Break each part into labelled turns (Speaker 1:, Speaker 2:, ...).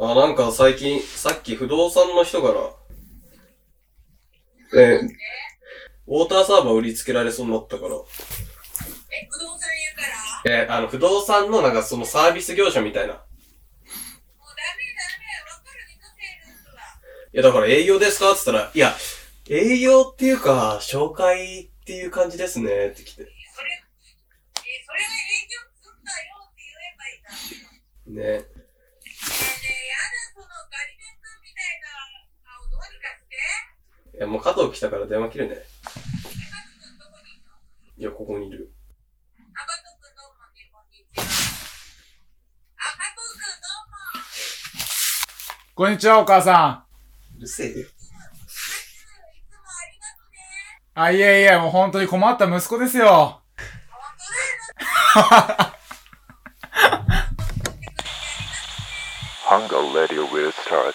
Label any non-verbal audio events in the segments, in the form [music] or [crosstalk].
Speaker 1: あ、なんか最近、さっき不動産の人から、えー、ウォーターサーバー売りつけられそうになったから、
Speaker 2: え、不動産やから
Speaker 1: えー、あの、不動産のなんかそのサービス業者みたいな。い
Speaker 2: もうダメダメ、わかるにかせる人は。
Speaker 1: や、だから営業ですかって言ったら、いや、営業っていうか、紹介っていう感じですね、って来て。
Speaker 2: えそれ、え、それが営業すんだよって言えばいいか。ねえねえ、
Speaker 1: ね。
Speaker 2: やだ、そのガリネ君みたいな顔どうにかして。
Speaker 1: いや、もう加藤来たから電話切るね。
Speaker 2: え、カズ君どこにいるの
Speaker 1: いや、ここにいる。
Speaker 2: アバト君どうもね、こんにちは。あ、加藤君どうも。
Speaker 3: こんにちは、お母さ
Speaker 1: うるせえよ。
Speaker 2: いつもありがとうね。
Speaker 3: ん。あ、いえいえ、もう本当に困った息子ですよ。
Speaker 2: 本当だよ。
Speaker 4: Hunger Radio will start.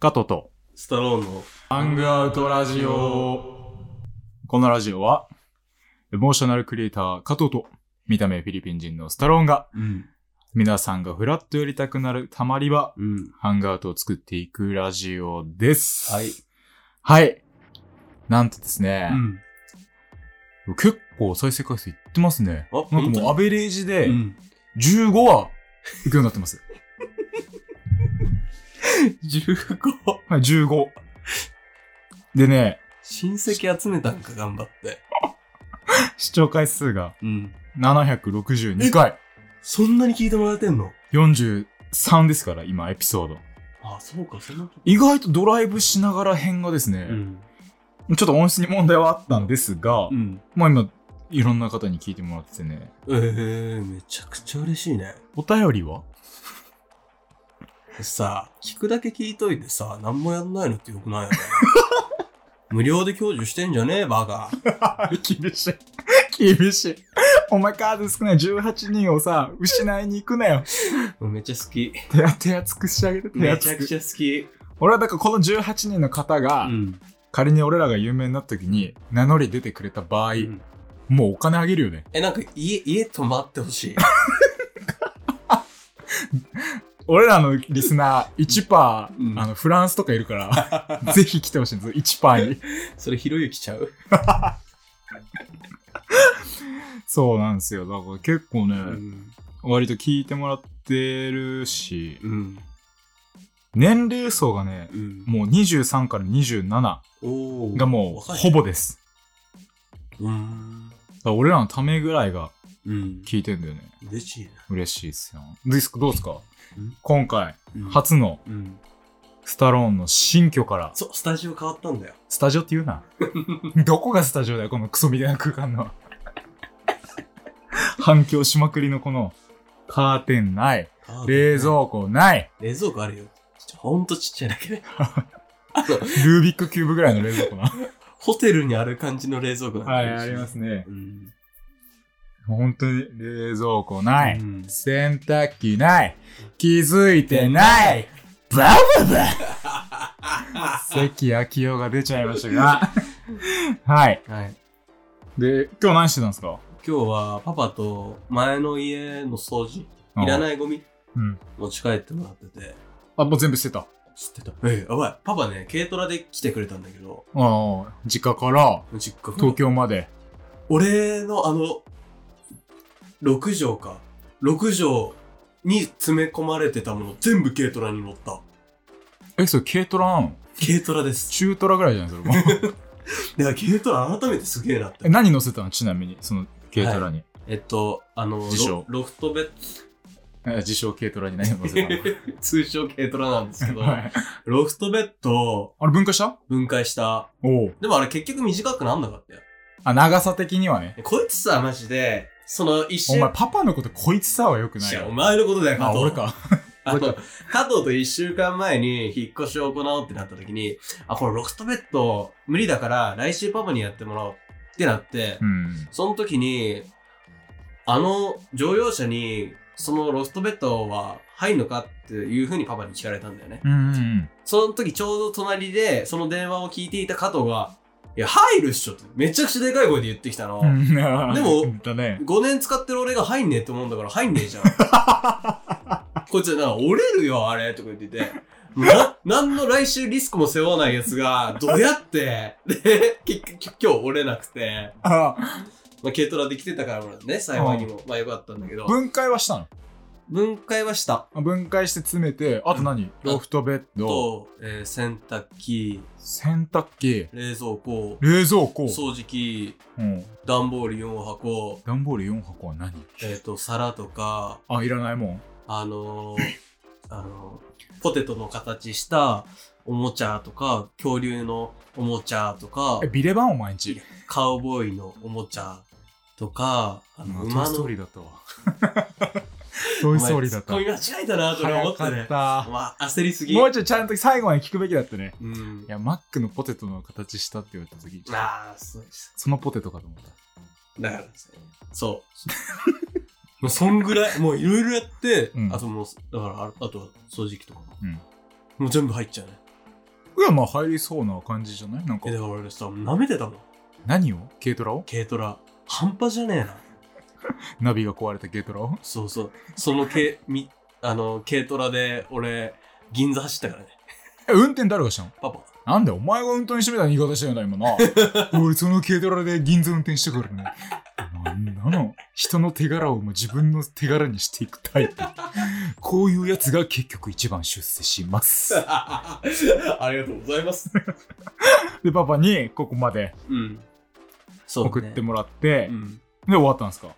Speaker 3: ガトと。
Speaker 1: スタローンの。
Speaker 3: ハングアウトラジオ。このラジオは、エモーショナルクリエイター、加藤と、見た目フィリピン人のスタローンが、
Speaker 1: うん。
Speaker 3: 皆さんがフラッと寄りたくなるたまり場、
Speaker 1: うん。
Speaker 3: ハングアウトを作っていくラジオです。
Speaker 1: はい。
Speaker 3: はい。なんとですね、
Speaker 1: ん。
Speaker 3: 結構再生回数いってますね。
Speaker 1: あ
Speaker 3: なんか
Speaker 1: 本当
Speaker 3: も
Speaker 1: に
Speaker 3: うアベレージで、
Speaker 1: ん。
Speaker 3: 15話、いくようになってます。
Speaker 1: 15。
Speaker 3: はい、15。でね、
Speaker 1: 親戚集めたんか、頑張って。
Speaker 3: 視聴回数が
Speaker 1: うん。
Speaker 3: 762回。
Speaker 1: そんなに聞いてもらえてんの
Speaker 3: 43ですから、今、エピソード。
Speaker 1: あ、そうか、そんなこと。
Speaker 3: 意外とドライブしながら編がですね、
Speaker 1: ん。
Speaker 3: ちょっと音質に問題はあったんですが、
Speaker 1: ん。
Speaker 3: まあ今、いろんな方に聞いてもらっててね、
Speaker 1: えー、めちゃくちゃ嬉しいね。
Speaker 3: お便りは
Speaker 1: さあ、聞くだけ聞いといてさ、何もやんないのってよくない [laughs] よね。無料で享受してんじゃねえ、バカ。
Speaker 3: 厳しい。厳しい。お前カード少ない18人をさ、失いに行くなよ。
Speaker 1: めっちゃ好き。
Speaker 3: 手厚手厚くしてあげて、手
Speaker 1: め
Speaker 3: 厚
Speaker 1: ちゃ
Speaker 3: く
Speaker 1: く。ちゃ好き。
Speaker 3: 俺はだからこの18人の方が、
Speaker 1: ん。
Speaker 3: 仮に俺らが有名になった時に名乗り出てくれた場合、
Speaker 1: うん
Speaker 3: もうお金あげるよね。
Speaker 1: え、なんか家、家泊まってほしい。
Speaker 3: 俺らのリスナー1%、
Speaker 1: うん
Speaker 3: あの、フランスとかいる
Speaker 1: [laughs]
Speaker 3: から、ぜひ来てほしいんです。1%に。
Speaker 1: それ、ひろゆきちゃう
Speaker 3: そうなんですよ。だから結構ね、
Speaker 1: うん。
Speaker 3: 割と聞いてもらってるし、
Speaker 1: うん。
Speaker 3: 年齢層がね、
Speaker 1: うん。
Speaker 3: もう23から27
Speaker 1: おー
Speaker 3: がもう
Speaker 1: 若い
Speaker 3: ほぼです。
Speaker 1: うーん。
Speaker 3: だから俺らのためぐらいが
Speaker 1: うん。
Speaker 3: 聞いてんだよね。
Speaker 1: 嬉しいね。
Speaker 3: 嬉しいですよ。ですどうですか
Speaker 1: うん
Speaker 3: 今回、
Speaker 1: うん
Speaker 3: 初の
Speaker 1: うん。
Speaker 3: スタローンの新居から、
Speaker 1: そう、スタジオ変わったんだよ。
Speaker 3: スタジオって言う [laughs] な。どこがスタジオだよ、このクソみたいな空間の。反響しまくりのこの、カーテンない、冷蔵庫ない、
Speaker 1: 冷蔵庫あるよ。ちょほんとちっちゃいだけね。
Speaker 3: ルービックキューブぐらいの冷蔵庫な。
Speaker 1: [laughs] ホテルにある感じの冷蔵庫なんだ
Speaker 3: はい、ありますね。
Speaker 1: うん。
Speaker 3: 本当に冷蔵庫な
Speaker 1: う
Speaker 3: い、
Speaker 1: ん
Speaker 3: 洗濯機ない、気づいて [laughs] ない、バブバ関明夫が出ちゃいましたが。 [laughs] はい。
Speaker 1: はい。
Speaker 3: で、今日何してたんですか
Speaker 1: 今日はパパと前の家の掃除、いら
Speaker 3: い。
Speaker 1: ないゴミ
Speaker 3: うん。
Speaker 1: 持ち帰ってもらってて、
Speaker 3: あ、もう全部捨てた。
Speaker 1: 知ってた。ええ、やばい。パパね、軽トラで来てくれたんだけど、
Speaker 3: ああ、実家から
Speaker 1: 実家から
Speaker 3: 東。京まで。
Speaker 1: 俺のあの、6畳か。6畳に詰め込まれてたもの全部軽トラに乗った。
Speaker 3: え、それ軽トラなの
Speaker 1: 軽トラです。
Speaker 3: 中トラぐらいじゃないそれも。
Speaker 1: で、軽トラ改めてすげえなっ
Speaker 3: え、
Speaker 1: て。
Speaker 3: 何乗せたのちなみに、その軽トラに。
Speaker 1: えっと、あの、
Speaker 3: 自称
Speaker 1: ロロフトベッ
Speaker 3: え自称軽トラに何を乗せたの
Speaker 1: ド、通称軽トラなんですけど、
Speaker 3: はい。
Speaker 1: ロフトベッドを
Speaker 3: あれ分解した
Speaker 1: 分解した。
Speaker 3: おお。
Speaker 1: でもあれ結局短くなんなかったよ。
Speaker 3: あ、長さ的にはね。
Speaker 1: こいつさ、マジで、その一
Speaker 3: お
Speaker 1: 週
Speaker 3: 前、パパのことこいつさは良くない
Speaker 1: いやお
Speaker 3: よ。
Speaker 1: 前のことだよ、加
Speaker 3: あ、
Speaker 1: 藤。
Speaker 3: 俺か。
Speaker 1: あの。加藤と一週間前に引っ越しを行おうってなった時に、あ、これロフトベッド無理だから来週パパにやってもらおうってなって
Speaker 3: う、ん。
Speaker 1: その時に、あの乗用車にそのロフトベッドは入んのかっていうふうにパパに聞かれたんだよね。
Speaker 3: うんうん
Speaker 1: その時ちょうど隣でその電話を聞いていた加藤が、いや、入るっしょって、めちゃくちゃでかい声で言ってきたの。
Speaker 3: うん。
Speaker 1: でも
Speaker 3: だね。
Speaker 1: 5年使ってる俺が入んねえって思うんだから入んねえじゃん。こいつ、なんか折れるよ、あれとか言ってて。な、なんの来週リスクも背負わないやつが、どうやって、で、結局今日折れなくて、
Speaker 3: あ、
Speaker 1: まあ、軽トラで来てたからね、幸いにも。まあよかったんだけど。
Speaker 3: 分解はしたの
Speaker 1: 分解はした。
Speaker 3: あ分解して詰めて、あと何ロフトベッド、
Speaker 1: と、えー洗濯機、
Speaker 3: 洗濯機、
Speaker 1: 冷蔵庫、
Speaker 3: 冷蔵庫、
Speaker 1: 掃除機、
Speaker 3: うん。
Speaker 1: 段ボール4箱、
Speaker 3: 段ボール4箱は何
Speaker 1: えっ、と、皿とか、
Speaker 3: あ、いらないもん。
Speaker 1: あのーあのーポテトの形したおもちゃとか、恐竜のおもちゃとか
Speaker 3: え、、ビレバンお前んち。
Speaker 1: カウボーイのおもちゃとか、あの、
Speaker 3: トイ
Speaker 1: 馬
Speaker 3: ストー
Speaker 1: の
Speaker 3: リ、ーだったわ。
Speaker 1: [laughs]
Speaker 3: トイストーリーだった。
Speaker 1: お前ツッコミ間違えたなとか思
Speaker 3: 早
Speaker 1: って
Speaker 3: か
Speaker 1: ね
Speaker 3: っ。た。
Speaker 1: まあ、焦りすぎ。
Speaker 3: もうちょいちゃんと最後まで聞くべきだったね。
Speaker 1: うん
Speaker 3: い。や、マックのポテトの形したって言われた時、
Speaker 1: ああ、そうです。
Speaker 3: そのポテトかと思った。
Speaker 1: だからですねそう。もうそんぐらい、もういろいろやって、
Speaker 3: うん
Speaker 1: あともう、だからあ、あとは掃除機とか、
Speaker 3: うん
Speaker 1: もう全部入っちゃうね。
Speaker 3: いや、まあ入りそうな感じじゃないなんか
Speaker 1: え、、だから俺さ、舐めてたもん。
Speaker 3: 何を軽トラを
Speaker 1: 軽トラ。半端じゃねえな。
Speaker 3: ナビが壊れた軽トラを
Speaker 1: そうそう。その [laughs] 軽、み、あの、軽トラで、俺、銀座走ったからね。
Speaker 3: え、運転誰がしたの
Speaker 1: パパ。
Speaker 3: なんだよ、お前が運転してみたいな言い方してんだ、今
Speaker 1: [laughs]
Speaker 3: な。俺、その軽トラで銀座運転してからね。なんなの人の手柄をもう自分の手柄にしていくタイプ。こういうやつが結局一番出世し
Speaker 1: [laughs]
Speaker 3: ます。
Speaker 1: [laughs] ありがとうございます。
Speaker 3: で、パパにここまで
Speaker 1: うん。そう、
Speaker 3: 送ってもらって、
Speaker 1: うん。
Speaker 3: で、終わったんですか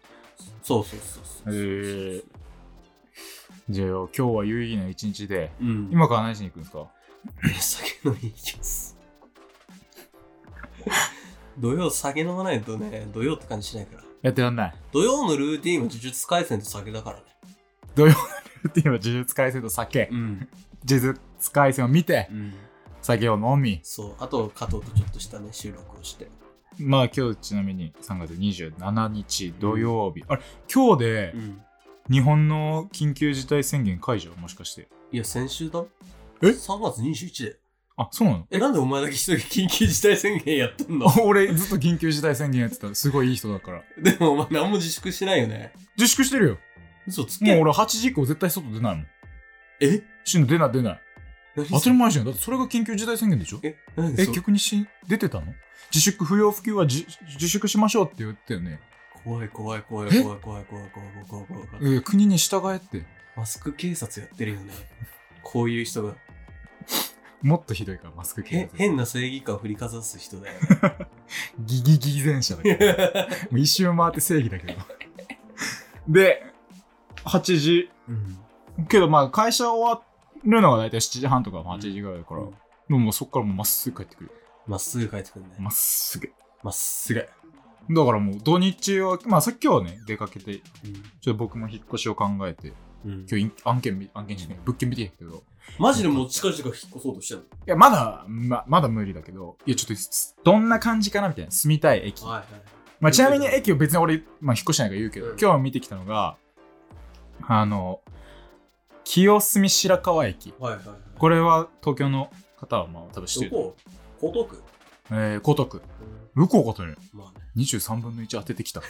Speaker 1: そうそうそうそう。
Speaker 3: へえじゃあ、今日は有意義な一日で、
Speaker 1: うん。
Speaker 3: 今から何しに行くんですか
Speaker 1: 酒飲みに行きます。土曜酒飲まないとね、土曜って感じしないから。
Speaker 3: やってらんない。
Speaker 1: 土曜のルーティンは呪術廻戦と酒だからね。
Speaker 3: って今、呪術廻戦と酒、
Speaker 1: うん。
Speaker 3: 呪術廻戦を見て
Speaker 1: う、ん。
Speaker 3: 酒を飲み、
Speaker 1: そう。あと、加藤とちょっとしたね、収録をして。
Speaker 3: まあ今日ちなみに3月27日土曜日、あれ今日で
Speaker 1: うん。
Speaker 3: 日本の緊急事態宣言解除もしかして
Speaker 1: いや、先週だ。
Speaker 3: え
Speaker 1: ?3 月21で。
Speaker 3: あそうなの [laughs]
Speaker 1: え、なんでお前だけ一人緊急事態宣言やってんの
Speaker 3: 俺ずっと緊急事態宣言やってたすごいいい人だから
Speaker 1: でもお前何も自粛してないよね。
Speaker 3: 自粛してるよ
Speaker 1: 嘘つ
Speaker 3: もう
Speaker 1: け。
Speaker 3: 俺8時以降絶対外出ないもん
Speaker 1: え
Speaker 3: しんの出ない出ない
Speaker 1: 何そ
Speaker 3: 当
Speaker 1: れ
Speaker 3: たり前じゃんだってそれが緊急事態宣言でしょ
Speaker 1: え、何で
Speaker 3: え
Speaker 1: そう
Speaker 3: 逆にし出てたの自粛不要不急は自自粛しましょうって言ったよね、
Speaker 1: 怖い怖い怖い
Speaker 3: え
Speaker 1: 怖い怖い怖い怖い怖い怖い怖い怖い
Speaker 3: え。ー国に従えって
Speaker 1: マスク警察やってるよね。こういう人が。
Speaker 3: もっとひどいからマスク
Speaker 1: へ
Speaker 3: 警察
Speaker 1: 変な正義感を振りかざす人だよ
Speaker 3: ギギギ前者だけど
Speaker 1: ね。
Speaker 3: もう一周回って正義だけど。で、8時。
Speaker 1: うん。
Speaker 3: けどまあ会社終わるのが大体7時半とか8時ぐらいだから、
Speaker 1: うん
Speaker 3: でももうそっからもうまっすぐ帰ってくる。
Speaker 1: まっすぐ帰ってくるね。
Speaker 3: まっすぐ。
Speaker 1: まっすぐ。
Speaker 3: だからもう土日は、まあさっきはね、出かけて、ちょ
Speaker 1: うん
Speaker 3: っと僕も引っ越しを考えて、
Speaker 1: うん
Speaker 3: 今日い案件見、案件じゃない、物件見てきたけど、い
Speaker 1: マジでもう近々引っ越そうとしてる
Speaker 3: やまだ、ままだ無理だけど、いやちょっとすどんな感じかなみたいな、住みたい駅。
Speaker 1: のはい
Speaker 3: まあ、ちなみに駅を別に俺、まあ、引っ越してないから言うけど、
Speaker 1: うん
Speaker 3: 今日見てきたのが、あの、清澄白河駅。
Speaker 1: はい。はいはいはい。
Speaker 3: これは東京の方はまあ多分知って
Speaker 1: ど
Speaker 3: る。
Speaker 1: こ江東区
Speaker 3: えー、江東区。
Speaker 1: うん
Speaker 3: 向こうことね、
Speaker 1: まあね。
Speaker 3: 23分の1当ててきた。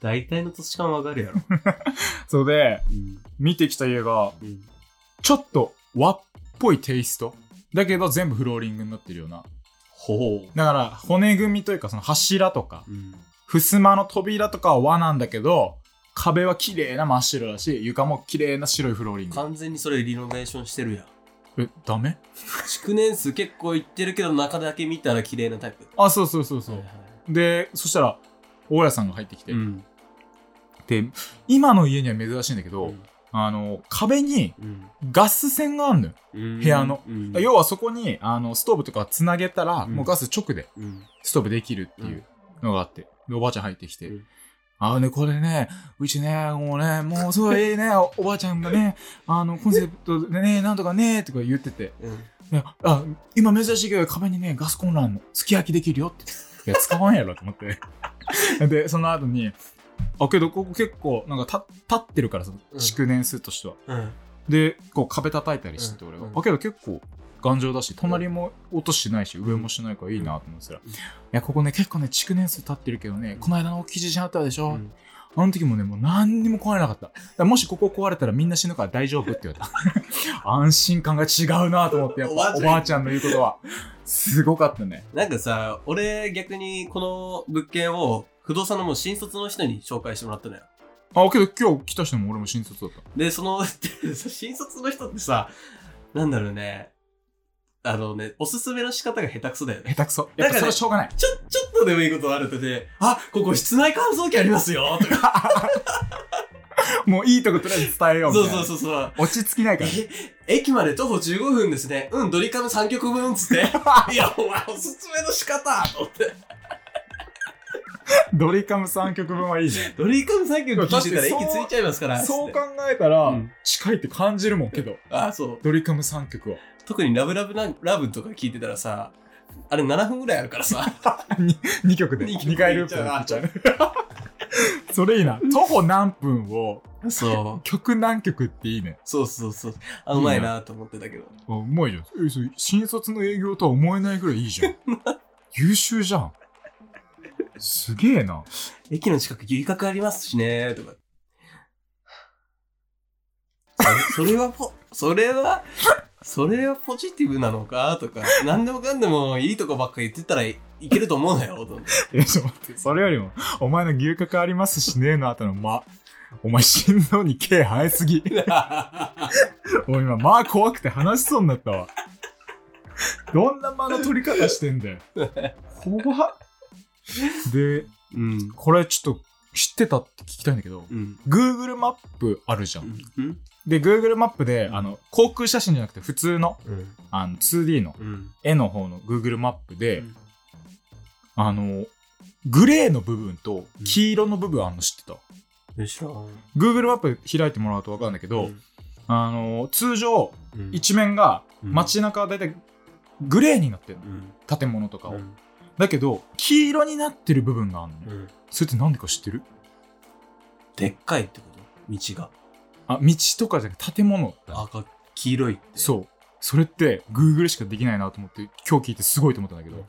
Speaker 1: 大体の土地感わかるやろ。
Speaker 3: それで、
Speaker 1: うん。
Speaker 3: 見てきた家が、
Speaker 1: うん。
Speaker 3: ちょっと和っぽいテイスト。だけど全部フローリングになってるような。
Speaker 1: ほ
Speaker 3: だから、骨組みというか、その柱とか
Speaker 1: う。、うん。
Speaker 3: 襖の扉とかは和なんだけど、壁は綺麗な真っ白だし、床も綺麗な白いフローリング。
Speaker 1: 完全にそれリノベーションしてるやん。
Speaker 3: え、ダメ
Speaker 1: 築年数結構いってるけど中だけ見たら綺麗なタイプ。
Speaker 3: あ、そうそうそうそう。
Speaker 1: はいはい
Speaker 3: で、そしたら、大家さんが入ってきて、
Speaker 1: うん。
Speaker 3: で、今の家には珍しいんだけど、
Speaker 1: うん
Speaker 3: あの、壁に
Speaker 1: うん。
Speaker 3: ガス線があんのよ。
Speaker 1: 部
Speaker 3: 部屋の。
Speaker 1: うん
Speaker 3: 要はそこに、あの、ストーブとかつなげたら、
Speaker 1: うん
Speaker 3: もうガス直で
Speaker 1: うん。
Speaker 3: ストーブできるっていうのがあって、でおばあちゃん入ってきて、
Speaker 1: うん
Speaker 3: ああね、これね、うちね、もうね、もうすごいいいね、おおばあちゃんがね、あの、コンセプトでね、なんとかね、とか言ってて、
Speaker 1: うん。
Speaker 3: ねあ、今珍しいけど壁にね、ガス [laughs] コンロあんの、すき焼きできるよって。いや、使わんやろと思って。で、その後に、あけどここ結構なんか立立ってるからさ
Speaker 1: うん
Speaker 3: 築年数としては、
Speaker 1: うん。
Speaker 3: でこう壁叩いたりしてて
Speaker 1: うん
Speaker 3: 俺が、
Speaker 1: うん
Speaker 3: あけど結構頑丈だし隣も音しないし上もしないからいいなと思ってたら、
Speaker 1: うん
Speaker 3: いやここね結構ね築年数経ってるけどね、この間の記事じゃあったでしょ、
Speaker 1: うん
Speaker 3: あの時もね、もう何にも壊れなかった。だからもしここ壊れたらみんな死ぬから大丈夫って言われ
Speaker 1: [laughs]
Speaker 3: た。安心感が違うなと思って、やっぱ
Speaker 1: おばあちゃん
Speaker 3: おばあちゃんの言うことは、すごかったね。
Speaker 1: なんかさ、俺逆にこの物件を不動産のもう新卒の人に紹介してもらったのよ。
Speaker 3: あ、けど今日来た人も俺も新卒だった。
Speaker 1: で、その、 [laughs] 新卒の人ってさ、なんだろうね。あのね、おすすめの仕方が下手くそだよね。
Speaker 3: 下手くそ。やっぱそれはしょうがない。
Speaker 1: ちょ、ちょっとでもいいことあるとね、あ、ここ室内乾燥機ありますよとか。
Speaker 3: もういいとことりあえず伝えようみた
Speaker 1: そ
Speaker 3: いうな。
Speaker 1: そうそうそう。
Speaker 3: 落ち着きないから。
Speaker 1: え、駅まで徒歩15分ですね。うん、ドリカム3曲分っつって。 [laughs] いや、お前おすすめの仕方と思って。
Speaker 3: ドリカム3曲分はいいね。
Speaker 1: ドリカム3曲聴いてたら
Speaker 3: だって
Speaker 1: 駅
Speaker 3: そう
Speaker 1: ついちゃいますから。
Speaker 3: そう
Speaker 1: つっ
Speaker 3: 考えたら、
Speaker 1: うん
Speaker 3: 近いって感じるもんけど、
Speaker 1: てあ、そう。
Speaker 3: ドリカム3曲は。
Speaker 1: [laughs] 特にラブラブなラブとか聞いてたらさ、あれ7分ぐらいあるからさ。
Speaker 3: 2曲で、
Speaker 1: [laughs] 二曲
Speaker 3: 2回ループで聴いちゃう。それいいな。徒歩何分を、
Speaker 1: [laughs] そう。
Speaker 3: 曲何曲っていいね。
Speaker 1: そうそうそう。あ、うまいなと思ってたけど。
Speaker 3: あうまいじゃん。えそれ新卒の営業とは思えないぐらいいい
Speaker 1: [laughs]
Speaker 3: じゃん。優秀じゃん。すげえな。 [laughs]
Speaker 1: 駅の近く牛角ありますしねとか。それ [laughs] それはポ、それは、それはポジティブなのかとか、なんでもかんでもいいとこばっか言ってたらいいけると思うなよ、と思って
Speaker 3: え、ちょっと待って、それよりも、お前の牛角ありますしねえの後の間。お前心臓に毛生えすぎ。俺今、間怖くて話しそうになったわ。どんな間の取り方してんだよ。怖っ。で、
Speaker 1: [laughs] うん。
Speaker 3: これちょっと知ってたって聞きたいんだけど、
Speaker 1: うん。
Speaker 3: Google マップあるじゃ。
Speaker 1: うんん。
Speaker 3: で、Google マップで、あの、航空写真じゃなくて普通の、
Speaker 1: うん。
Speaker 3: あの 2D の
Speaker 1: うん。
Speaker 3: 絵の方の Google マップで、
Speaker 1: うん
Speaker 3: あのグレーの部分と黄色の部分あるの知ってた、
Speaker 1: でしょ。
Speaker 3: Google マップ開いてもらうと分かるんだけど、
Speaker 1: うん
Speaker 3: あの通常
Speaker 1: うん
Speaker 3: 一面が
Speaker 1: うん
Speaker 3: 街中は大体グレーになってるの
Speaker 1: うん。
Speaker 3: 建物とかを、
Speaker 1: うん
Speaker 3: だけど黄色になってる部分があるの、
Speaker 1: うん。
Speaker 3: それって何でか知ってる
Speaker 1: でっかいってこと道が。
Speaker 3: あ道とかじゃなくて建物
Speaker 1: 赤、黄色いって。
Speaker 3: そうそれって Google しかできないなと思って今日聞いてすごいと思ったんだけど、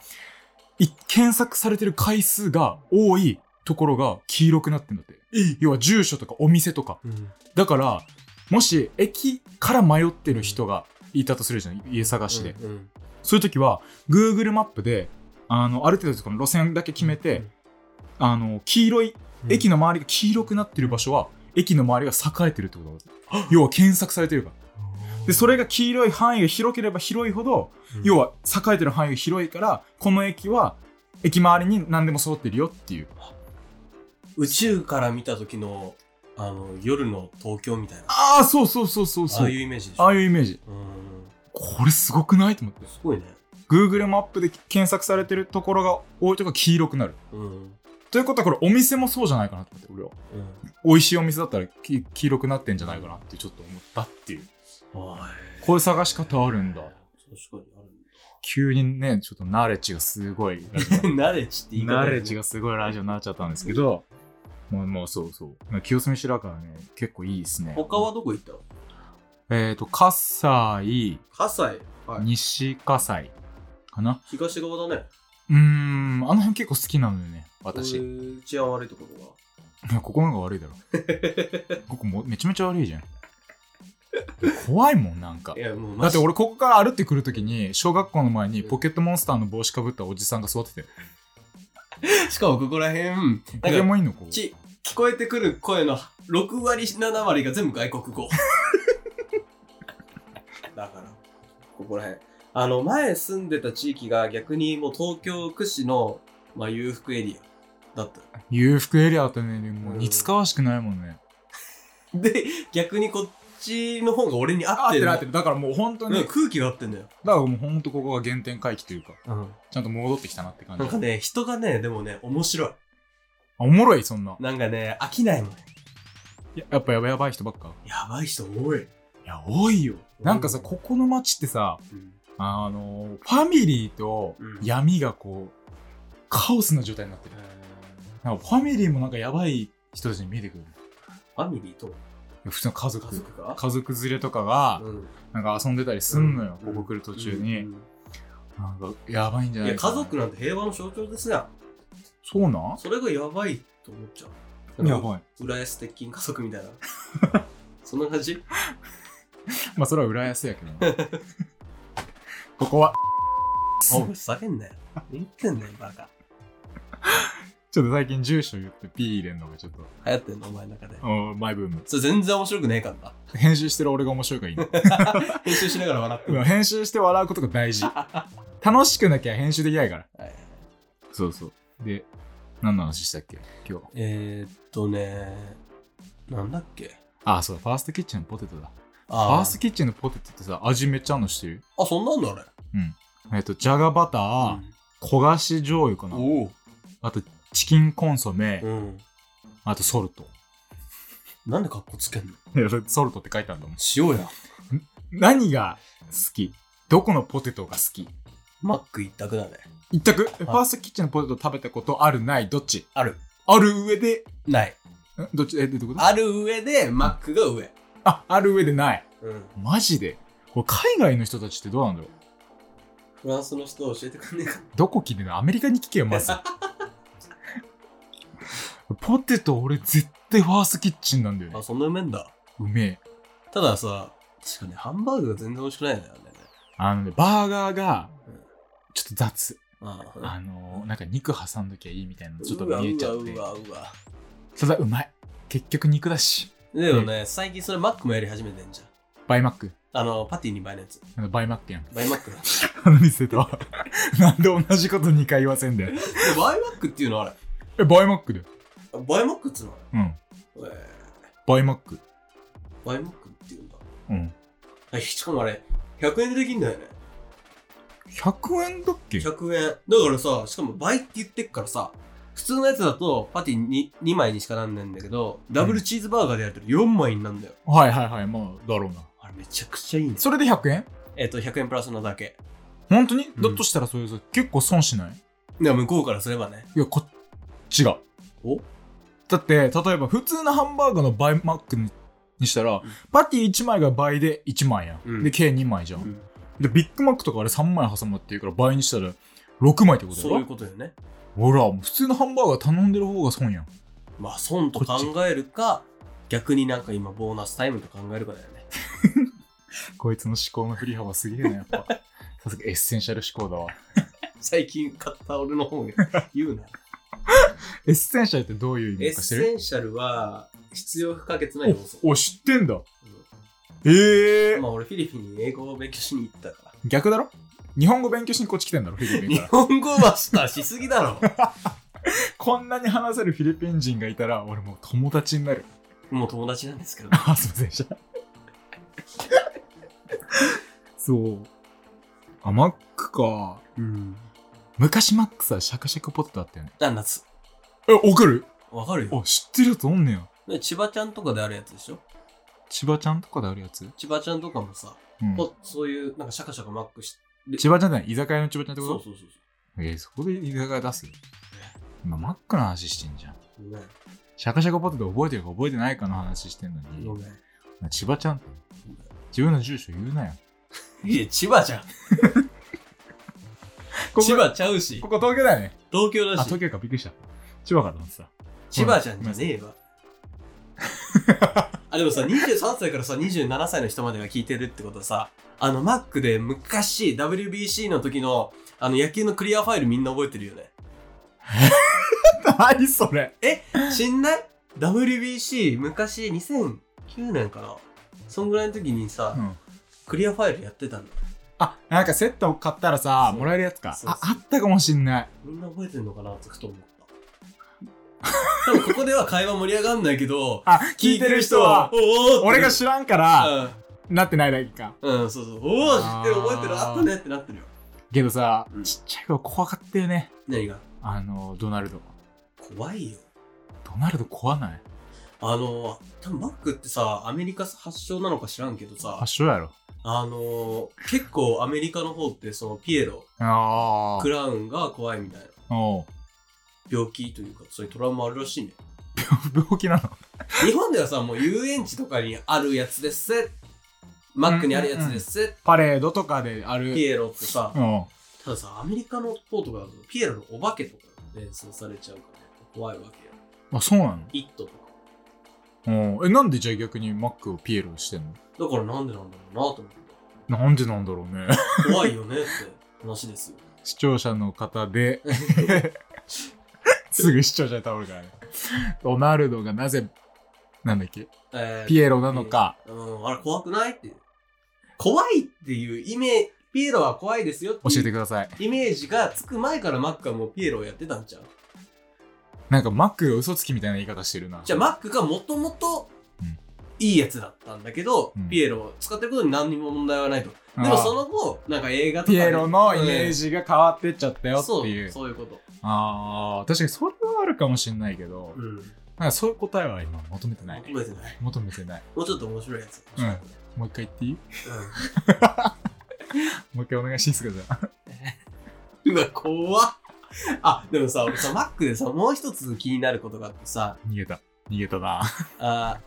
Speaker 3: い検索されてる回数が多いところが黄色くなってんだって要は住所とかお店とか
Speaker 1: うん。
Speaker 3: だからもし駅から迷ってる人がいたとするじゃん家探しで、
Speaker 1: うん。
Speaker 3: そういう時は Google マップであのある程度この路線だけ決めて、
Speaker 1: うん
Speaker 3: あの黄色い
Speaker 1: うん
Speaker 3: 駅の周りが黄色くなってる場所は駅の周りが栄えてるってこと [gasps] だ要は検索されてるからでそれが黄色い範囲が広ければ広いほど、
Speaker 1: うん
Speaker 3: 要は栄えてる範囲が広いからこの駅は駅周りに何でも揃ってるよっていう
Speaker 1: 宇宙から見た時のあの夜の東京みたいな
Speaker 3: ああそうそうそうそう
Speaker 1: あ
Speaker 3: そう
Speaker 1: あいうイメージでし
Speaker 3: あ
Speaker 1: ょ
Speaker 3: あいうイメージ
Speaker 1: うん
Speaker 3: これすごくないと思って
Speaker 1: すごいね
Speaker 3: Google マップで検索されてるところが多いとこが黄色くなる
Speaker 1: うん
Speaker 3: ということはこれお店もそうじゃないかなと思って俺は
Speaker 1: うん
Speaker 3: 美味しいお店だったらき黄色くなってんじゃないかなってちょっと思ったっていう
Speaker 1: はい
Speaker 3: こういう探し方あるんだ
Speaker 1: 確かに
Speaker 3: 急にねちょっとナレッジがすごいラジオ
Speaker 1: あ [laughs] るんだナレッジって言い方
Speaker 3: ナ
Speaker 1: だよね
Speaker 3: レッジがすごいラジオになっちゃったんですけどまあまあそうそう清澄白河ね結構いいですね
Speaker 1: 他はどこ行ったの
Speaker 3: えっ、と葛西
Speaker 1: 葛西はい
Speaker 3: 西葛西かな
Speaker 1: 東側だね
Speaker 3: うーんあの辺結構好きなのよね私
Speaker 1: えー治安悪いところが
Speaker 3: いや、ここの方が悪いだろ。
Speaker 1: [laughs]
Speaker 3: ここもめちゃめちゃ悪いじゃん。怖いもん、なんか
Speaker 1: い。やもう
Speaker 3: だっ
Speaker 1: マ
Speaker 3: て
Speaker 1: ジ
Speaker 3: 俺、ここから歩ってくるときに、小学校の前にポケットモンスターの帽子かぶったおじさんが座ってて、
Speaker 1: しかもここら辺なん
Speaker 3: ポケ
Speaker 1: か
Speaker 3: モンいいのこう
Speaker 1: ち聞こえてくる声の6割7割が全部外国語 [laughs] だからここら辺あの前住んでた地域が逆にもう東京屈指の、まあ、裕福エリアだった
Speaker 3: 裕福エリアだったね、もう似つかわしくないもんね。
Speaker 1: で逆にこっちの方が俺に合
Speaker 3: あ
Speaker 1: ってる
Speaker 3: る。だからもう本当
Speaker 1: うん空気が合ってんだよ、
Speaker 3: だからもう本当ここが原点回帰というか、ちゃんと戻ってきたなって感
Speaker 1: なんか
Speaker 3: じ。
Speaker 1: ね人がねでもね面白い
Speaker 3: あおもろい、そんな。
Speaker 1: なんかね飽きないもん
Speaker 3: ややっぱやばいやばい人ばっか。
Speaker 1: やばい人多い、
Speaker 3: いや、多いよ。なんかさ、ここの街ってさ、あのファミリーと闇がこう、カオスな状態になってる。なんかファミリーもなんかやばい人たちに見えてくる。い
Speaker 1: ファミリーと
Speaker 3: や普通の家族。家
Speaker 1: 家
Speaker 3: 族
Speaker 1: 族か
Speaker 3: 連れとかが、
Speaker 1: うん
Speaker 3: なんか遊んでたりすんのよ、
Speaker 1: うん
Speaker 3: ここ来る途中に。
Speaker 1: うん
Speaker 3: なんか、やばいんじゃ
Speaker 1: い
Speaker 3: ない
Speaker 1: や、
Speaker 3: か
Speaker 1: 家
Speaker 3: な
Speaker 1: 族なんて平和の象徴ですやん。
Speaker 3: そうなん
Speaker 1: それがやばいと思っちゃう。
Speaker 3: やばい。
Speaker 1: 浦安鉄筋家族みたいな。
Speaker 3: [laughs]
Speaker 1: そんな感じ
Speaker 3: まあ、それは浦安やけどな。 [laughs] ここは、
Speaker 1: おい、ふざけんなよ。言ってんだよ、バカ。
Speaker 3: ちょっと最近住所言ってピー入れんのがちょっと、
Speaker 1: 流行ってんの、お前の中で。
Speaker 3: うんマイブーム。
Speaker 1: それ全然面白くねえからな。
Speaker 3: 編集してる俺が面白いからいい
Speaker 1: [laughs]
Speaker 3: の
Speaker 1: 編集しながら笑ってる。
Speaker 3: うん編集して笑うことが大事。楽しくなきゃ編集できないから。
Speaker 1: はい
Speaker 3: そうそう。で、何の話したっけ今日。
Speaker 1: えー、っとね、なんだっけ。
Speaker 3: あそうだ、ファーストキッチンのポテトだ。フ
Speaker 1: あ
Speaker 3: ァーストキッチンのポテトってさ、味めっちゃあんのしてる
Speaker 1: あ、そんなんだ、あれ。
Speaker 3: えっと、じゃがバター、焦がし醤油か
Speaker 1: う
Speaker 3: な。
Speaker 1: ん、おお。
Speaker 3: あと、チキンコンソメ、
Speaker 1: うん。
Speaker 3: あとソルト。 [laughs]
Speaker 1: なんでカッコつけんの
Speaker 3: いやそれソルトって書いてあるんだもん。
Speaker 1: 塩や。
Speaker 3: 何が好きどこのポテトが好き
Speaker 1: マック一択だね。
Speaker 3: 一択ファーストキッチンのポテト食べたことあるないどっち
Speaker 1: ある。
Speaker 3: ある上で、
Speaker 1: ない。
Speaker 3: んどっちえ、どういうことあ
Speaker 1: ある上で、マックが上。
Speaker 3: あ、ある上でない。
Speaker 1: うん。
Speaker 3: マジでこれ海外の人たちってどうなんだろう
Speaker 1: フランスの人教えてくんねえか。
Speaker 3: どこ聞いてんのアメリカに聞けよ、ま
Speaker 1: [laughs]
Speaker 3: ず。ポテト俺絶対ファーストキッチンなんだよ
Speaker 1: あ、
Speaker 3: ね。
Speaker 1: そんなうめえんだ。
Speaker 3: うめえ。
Speaker 1: たださ、確かね、ハンバーグが全然美味しくないんだよね。
Speaker 3: あのね、バーガーが
Speaker 1: うん、
Speaker 3: ちょっと雑。
Speaker 1: あ [laughs]
Speaker 3: あのー、なんか肉挟んどきゃいいみたいなの
Speaker 1: あ
Speaker 3: ちょっと見えちゃって
Speaker 1: う。わうわうわ
Speaker 3: ただうまい。結局肉だし。
Speaker 1: うわ。でもね、最近それマックもやり始めてんじゃん。
Speaker 3: バイマック。
Speaker 1: あの、パティ2倍のやつ。
Speaker 3: あのバイマックやん。 [laughs]
Speaker 1: バイマックだ。
Speaker 3: あの店と。 [laughs] なんで同じこと2回言わせんだよ。
Speaker 1: え [laughs] バイマックっていうのあれ。
Speaker 3: え、バイマックだよ。
Speaker 1: あバイマックっつうの
Speaker 3: うん。
Speaker 1: あれえ
Speaker 3: バイマック。
Speaker 1: ーバイマックっていうんだ。
Speaker 3: うん。
Speaker 1: あしかもあれ、100円でできんだよね。
Speaker 3: 100円だっけ
Speaker 1: 100円。だからさ、しかも倍って言ってっからさ、普通のやつだとパティ 2, 2枚にしかなんないんだけど、ダブルチーズバーガーでやると4枚になるんだよ。
Speaker 3: はいはいはい、まあ、だろうな。
Speaker 1: あれめちゃくちゃいいね。
Speaker 3: それで100円
Speaker 1: えっ、と、100円プラスのだけ。
Speaker 3: 本当に、
Speaker 1: うん
Speaker 3: だとしたらそれさ結構損しない
Speaker 1: でも向こうからすればね。
Speaker 3: いや、こっちが。
Speaker 1: お
Speaker 3: だって、例えば普通のハンバーガーの倍マックににしたら、パティ1枚が倍で1枚やん。
Speaker 1: うん
Speaker 3: で、計2枚じゃん,、
Speaker 1: うん
Speaker 3: で、ビッグマックとかあれ3枚挟まってるから倍にしたら6枚ってことだ
Speaker 1: そういう
Speaker 3: ろ
Speaker 1: ことよね。
Speaker 3: ほら、普通のハンバーガー頼んでる方が損やん。
Speaker 1: まあ、損と考えるか、逆になんか今、ボーナスタイムと考えるかだよね。
Speaker 3: こいつの思考の振り幅すげえな、やっぱ。 [laughs] さすがエッセンシャル思考だわ。
Speaker 1: 最近買った俺の本が [laughs] 言うな。
Speaker 3: エッセンシャルってどういう意
Speaker 1: エ
Speaker 3: 味
Speaker 1: ッ
Speaker 3: かして
Speaker 1: セ
Speaker 3: る
Speaker 1: ンシャルは、必要不可欠な要素。
Speaker 3: おお、知ってんだ。ええ
Speaker 1: まあ、俺フィリピンに英語を勉強しに行ったから。
Speaker 3: 逆だろ日本語勉強しにこっち来てんだろ、フィリピン
Speaker 1: 日
Speaker 3: から。
Speaker 1: 本語マスターしすぎだろ。
Speaker 3: こんなに話せるフィリピン人がいたら、俺もう友達になる。 [laughs]
Speaker 1: もう友達なんですけど。
Speaker 3: あ、すいませんでした。そう。あ、マックか。
Speaker 1: うん。
Speaker 3: 昔マックさ、シャカシャカポテトあったよね。
Speaker 1: あ、夏。
Speaker 3: え、わかる
Speaker 1: わかるよ。
Speaker 3: あ、知ってるやつおんねや。
Speaker 1: で千葉ちゃんとかであるやつでしょ
Speaker 3: 千葉ちゃんとかであるやつ
Speaker 1: 千葉ちゃんとかもさ、
Speaker 3: うん。
Speaker 1: こそういう、なんかシャカシャカマックし、
Speaker 3: 千葉ちゃんじゃない居酒屋の千葉ちゃんって
Speaker 1: そう
Speaker 3: こ
Speaker 1: そ
Speaker 3: と
Speaker 1: うそう
Speaker 3: えーそこで居酒屋出す今、マックの話してんじゃん。
Speaker 1: そう。ね、
Speaker 3: シャカシャカポテト覚えてるか覚えてないかの話してんのに。
Speaker 1: ごめん。
Speaker 3: 千葉ちゃんって自分の住所言うなよ。
Speaker 1: いや、千葉じゃん。
Speaker 3: ここ
Speaker 1: 千葉ちゃうし
Speaker 3: こ、こ東京だよね。
Speaker 1: 東京
Speaker 3: あ、
Speaker 1: だし
Speaker 3: 東、京かびっくりした。千葉かと思ってた。
Speaker 1: 千葉じゃんじゃねえわ。あ、でもさ、23歳からさ、27歳の人までが聞いてるってことはさ、あの、マックで昔、WBC の時の、あの、野球のクリアファイルみんな覚えて
Speaker 3: [laughs]
Speaker 1: るよね。
Speaker 3: 何それ
Speaker 1: 死んない ?WBC 昔2009年かなそんぐらいの時にさ、
Speaker 3: うん
Speaker 1: クリアファイルやってたんだ
Speaker 3: あ、なんかセット買ったらさ
Speaker 1: そ、う
Speaker 3: もらえるやつか。
Speaker 1: そう
Speaker 3: あ、
Speaker 1: そう
Speaker 3: あったかもしんない。
Speaker 1: みんな覚えてんのかなってふと思った多分ここでは会話盛り上がんないけど
Speaker 3: あ、聞いてる人は、
Speaker 1: おお
Speaker 3: 俺が知らんから、なってないだけか。
Speaker 1: うん、うん、そうそうおお知ってる覚えてる
Speaker 3: あー
Speaker 1: あったねってなってるよ
Speaker 3: けどさ
Speaker 1: う、ん
Speaker 3: ちっちゃい頃怖かったよね。
Speaker 1: 何が
Speaker 3: あの、ドナルド。
Speaker 1: 怖いよ
Speaker 3: ドナルド怖ない
Speaker 1: あの多分マックってさアメリカ発祥なのか知らんけどさ
Speaker 3: 発祥やろ。
Speaker 1: あの結構アメリカの方ってそのピエロ
Speaker 3: あ
Speaker 1: クラウンが怖いみたいな
Speaker 3: あ。おう
Speaker 1: 病気というかそういうトラウマあるらしいね
Speaker 3: 病気なの
Speaker 1: 日本ではさ、もう遊園地とかにあるやつですせ。マックにあるやつですせ。
Speaker 3: パレードとかである。
Speaker 1: ピエロってさ
Speaker 3: う、ん。
Speaker 1: たださ、アメリカの方とかだと、ピエロのお化けとか連想されちゃうから、怖いわけよ。
Speaker 3: あ、そうな
Speaker 1: イットとか。
Speaker 3: のうん。え、なんでじゃあ逆にマックをピエロにしてんの
Speaker 1: だからなんでなんだろうなと思って。
Speaker 3: なんでなんだろうね。
Speaker 1: 怖いよねって話ですよ。
Speaker 3: 視聴者の方で、 [laughs] すぐ視聴者に倒るからね。ドナルドがなぜ、なんだっけ、
Speaker 1: えー
Speaker 3: ピエロなのか。
Speaker 1: うん、あれ怖くないっていう。怖いっていうイメージ、ピエロは怖いですよって
Speaker 3: 教
Speaker 1: い
Speaker 3: えて
Speaker 1: う
Speaker 3: ください。
Speaker 1: イメージがつく前からマックはもうピエロをやってたんちゃう
Speaker 3: なんかマックが嘘つきみたいな言い方してるな。
Speaker 1: じゃあマックがもともと
Speaker 3: うん
Speaker 1: いいやつだったんだけど、
Speaker 3: うん
Speaker 1: ピエロを使ってることに何にも問題はないと。
Speaker 3: あー
Speaker 1: でもその後、なんか映画とか
Speaker 3: ピ
Speaker 1: で。
Speaker 3: エロのイメージが変わってっちゃった
Speaker 1: だ
Speaker 3: よっていう。
Speaker 1: そう、そういうこと。
Speaker 3: ああ、確かにそれはあるかもしれないけど、
Speaker 1: うん。
Speaker 3: なんかそういう答えは今求めてないね。
Speaker 1: 求めてない。
Speaker 3: 求めてない。
Speaker 1: もうちょっと面白いやつ。
Speaker 3: うんもう一回言っていい [laughs] もう一回お願いしていいですかじゃあ。
Speaker 1: うん。うわ、怖っ。あ、でもさ、俺さ、マックでさ、もう一つ気になることがあってさ、
Speaker 3: 逃げた。逃げたな。
Speaker 1: あ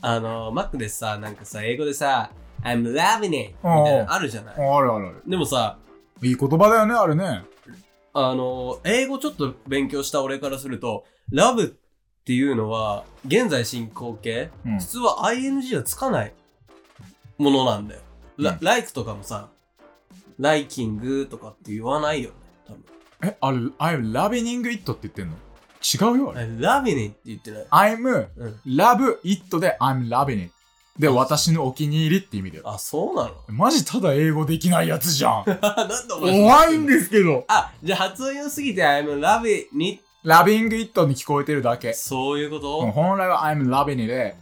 Speaker 1: あの、マックでさ、なんかさ、英語でさ、I'm loving it! みたいなのあるじゃな
Speaker 3: あ
Speaker 1: い
Speaker 3: るあるある。
Speaker 1: でもさ、
Speaker 3: いい言葉だよね、あれね。
Speaker 1: あの、英語ちょっと勉強した俺からすると、love っていうのは、現在進行形、
Speaker 3: うん
Speaker 1: 普。通は ing はつかないものなんだよ。ラ
Speaker 3: うん
Speaker 1: like とかもさ、liking とかって言わないよね。多分。
Speaker 3: え、あれ、I'm loving it って言ってんの違うよ、あれ。
Speaker 1: I'm loving it って言ってない。
Speaker 3: I'm
Speaker 1: うん。
Speaker 3: love it で I'm loving it。で、私のお気に入りって意味だよ。
Speaker 1: あ、そ
Speaker 3: [laughs]
Speaker 1: うなの
Speaker 3: マジただ英語できないやつじゃ
Speaker 1: [laughs]
Speaker 3: ん。
Speaker 1: なんでお前
Speaker 3: 怖いんですけど。
Speaker 1: あ、じゃあ発音良すぎて I'm loving it。
Speaker 3: loving it に聞こえてるだけ。
Speaker 1: そういうこと、
Speaker 3: うん本来は I'm loving it で、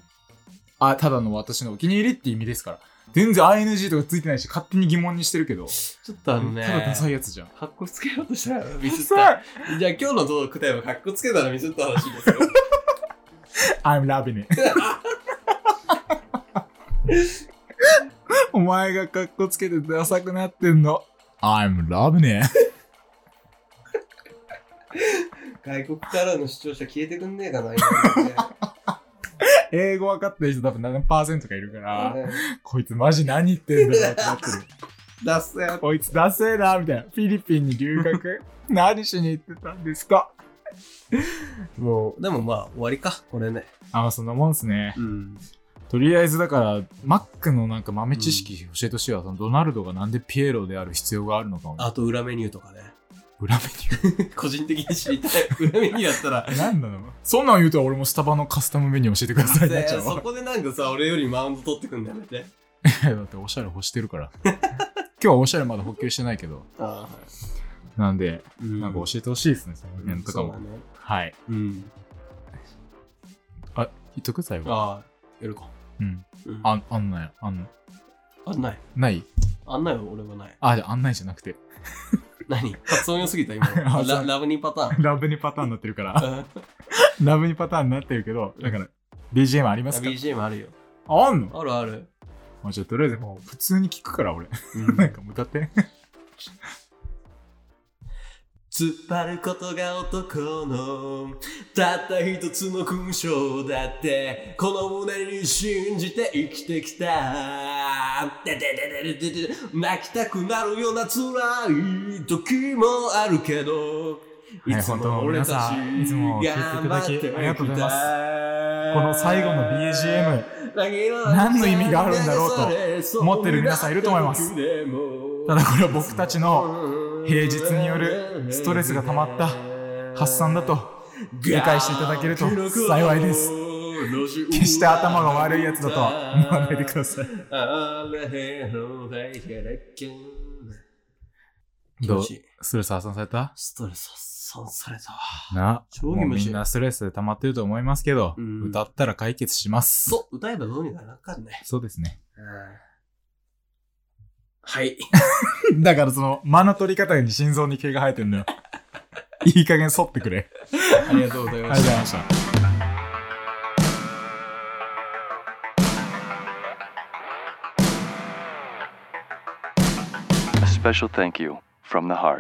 Speaker 3: あ、ただの私のお気に入りって意味ですから。全然 ING とかついてないし、勝手に疑問にしてるけど。
Speaker 1: ちょっとあのね。
Speaker 3: ただダサいやつじゃん。
Speaker 1: かっこつけようとしたらミスっ
Speaker 3: さ
Speaker 1: た。じゃあ今日のどう答えはかっこつけたらミスった話ですよ。
Speaker 3: I'm loving it. [laughs] お前がカッコつけてダサくなってんの。I'm loving it.
Speaker 1: 外国からの視聴者消えてくんねえかな、今の [laughs] ね
Speaker 3: 英語分かってる人多分7%かいるから、
Speaker 1: ね
Speaker 3: こいつマジ何言ってんだろうってなってる。
Speaker 1: ダッセー
Speaker 3: こいつダセえな、みたいな。フィリピンに留学何しに行ってたんですか
Speaker 1: もう、でもまあ終わりか、これね。
Speaker 3: あ、まあそんなもんっすね。
Speaker 1: うん。
Speaker 3: とりあえずだから、マックのなんか豆知識教えてほしいわ。そのドナルドがなんでピエロである必要があるのかをね。
Speaker 1: あと裏メニューとかね。 [laughs]
Speaker 3: 裏メニュ
Speaker 1: 個人的に知りたい。裏メニューやったら。
Speaker 3: ー。何なのそんなん言うと俺もスタバのカスタムメニュー教えてくださいになっちゃう
Speaker 1: [laughs] そ
Speaker 3: [laughs] わ。
Speaker 1: こでなんかさ、俺よりマウント取ってくんだよね。
Speaker 3: だっておしゃれ欲してるから。 [laughs] 今日はおしゃれまだ補給してないけど。
Speaker 1: あ
Speaker 3: なんで、
Speaker 1: あ、うん
Speaker 3: なんか教えてほしいですね、その辺とか
Speaker 1: そ
Speaker 3: も
Speaker 1: う。だね。
Speaker 3: はい。
Speaker 1: う
Speaker 3: 言
Speaker 1: ん。
Speaker 3: っとく最後。
Speaker 1: ああ、やるか。
Speaker 3: うん。
Speaker 1: うん
Speaker 3: あ、あんない。あん、
Speaker 1: 案内。
Speaker 3: ない。
Speaker 1: 案内は俺はない。
Speaker 3: あ、じゃあ案内じゃなくて。 [laughs]
Speaker 1: 何発音良すぎた [laughs] 今
Speaker 3: あそ
Speaker 1: ラ
Speaker 3: う
Speaker 1: ラブニーパタ
Speaker 3: ラブにパターンになってるから。
Speaker 1: [laughs] ーン
Speaker 3: ラブにパターンになってるけど、だから、BGM ありますか
Speaker 1: BGM あるよ
Speaker 3: あ、あんの
Speaker 1: あるある、
Speaker 3: あじゃあ、とりあえずもう、普通に聞くから、俺。 [laughs] なんか、歌って。
Speaker 1: 突っ張ることが男のたった一つの勲章だってこの胸に信じて生きてきたでででででで泣きたくなるような辛い時もあるけど
Speaker 3: はい本当皆さんいつも聞いていただきありがとうございますこの最後の BGM、
Speaker 1: 何
Speaker 3: の意味があるんだろう
Speaker 1: と
Speaker 3: 思ってる皆さんいると思いますただこれは僕たちの平日によるストレスが溜まった発散だと理解していただけると幸いです。決して頭が悪いやつだとは思わないでください。どうストレス発散された
Speaker 1: ストレス発散されたわ
Speaker 3: な。
Speaker 1: 超
Speaker 3: も
Speaker 1: 気
Speaker 3: う
Speaker 1: 持
Speaker 3: み
Speaker 1: ちい
Speaker 3: ん
Speaker 1: い
Speaker 3: なストレス溜まってると思いますけど、
Speaker 1: うん
Speaker 3: 歌ったら解決します。
Speaker 1: そう歌えばどうにかなっかんね
Speaker 3: そうですね。 [laughs]
Speaker 1: はい
Speaker 3: だからその間の取り方に心臓に毛が生えてんのよ。いい加減剃ってくれ。
Speaker 1: ありがとうござい
Speaker 3: ありが
Speaker 1: ま
Speaker 3: とう
Speaker 1: し
Speaker 3: ご
Speaker 1: た
Speaker 3: ざいました。
Speaker 5: A special thank you from the heart.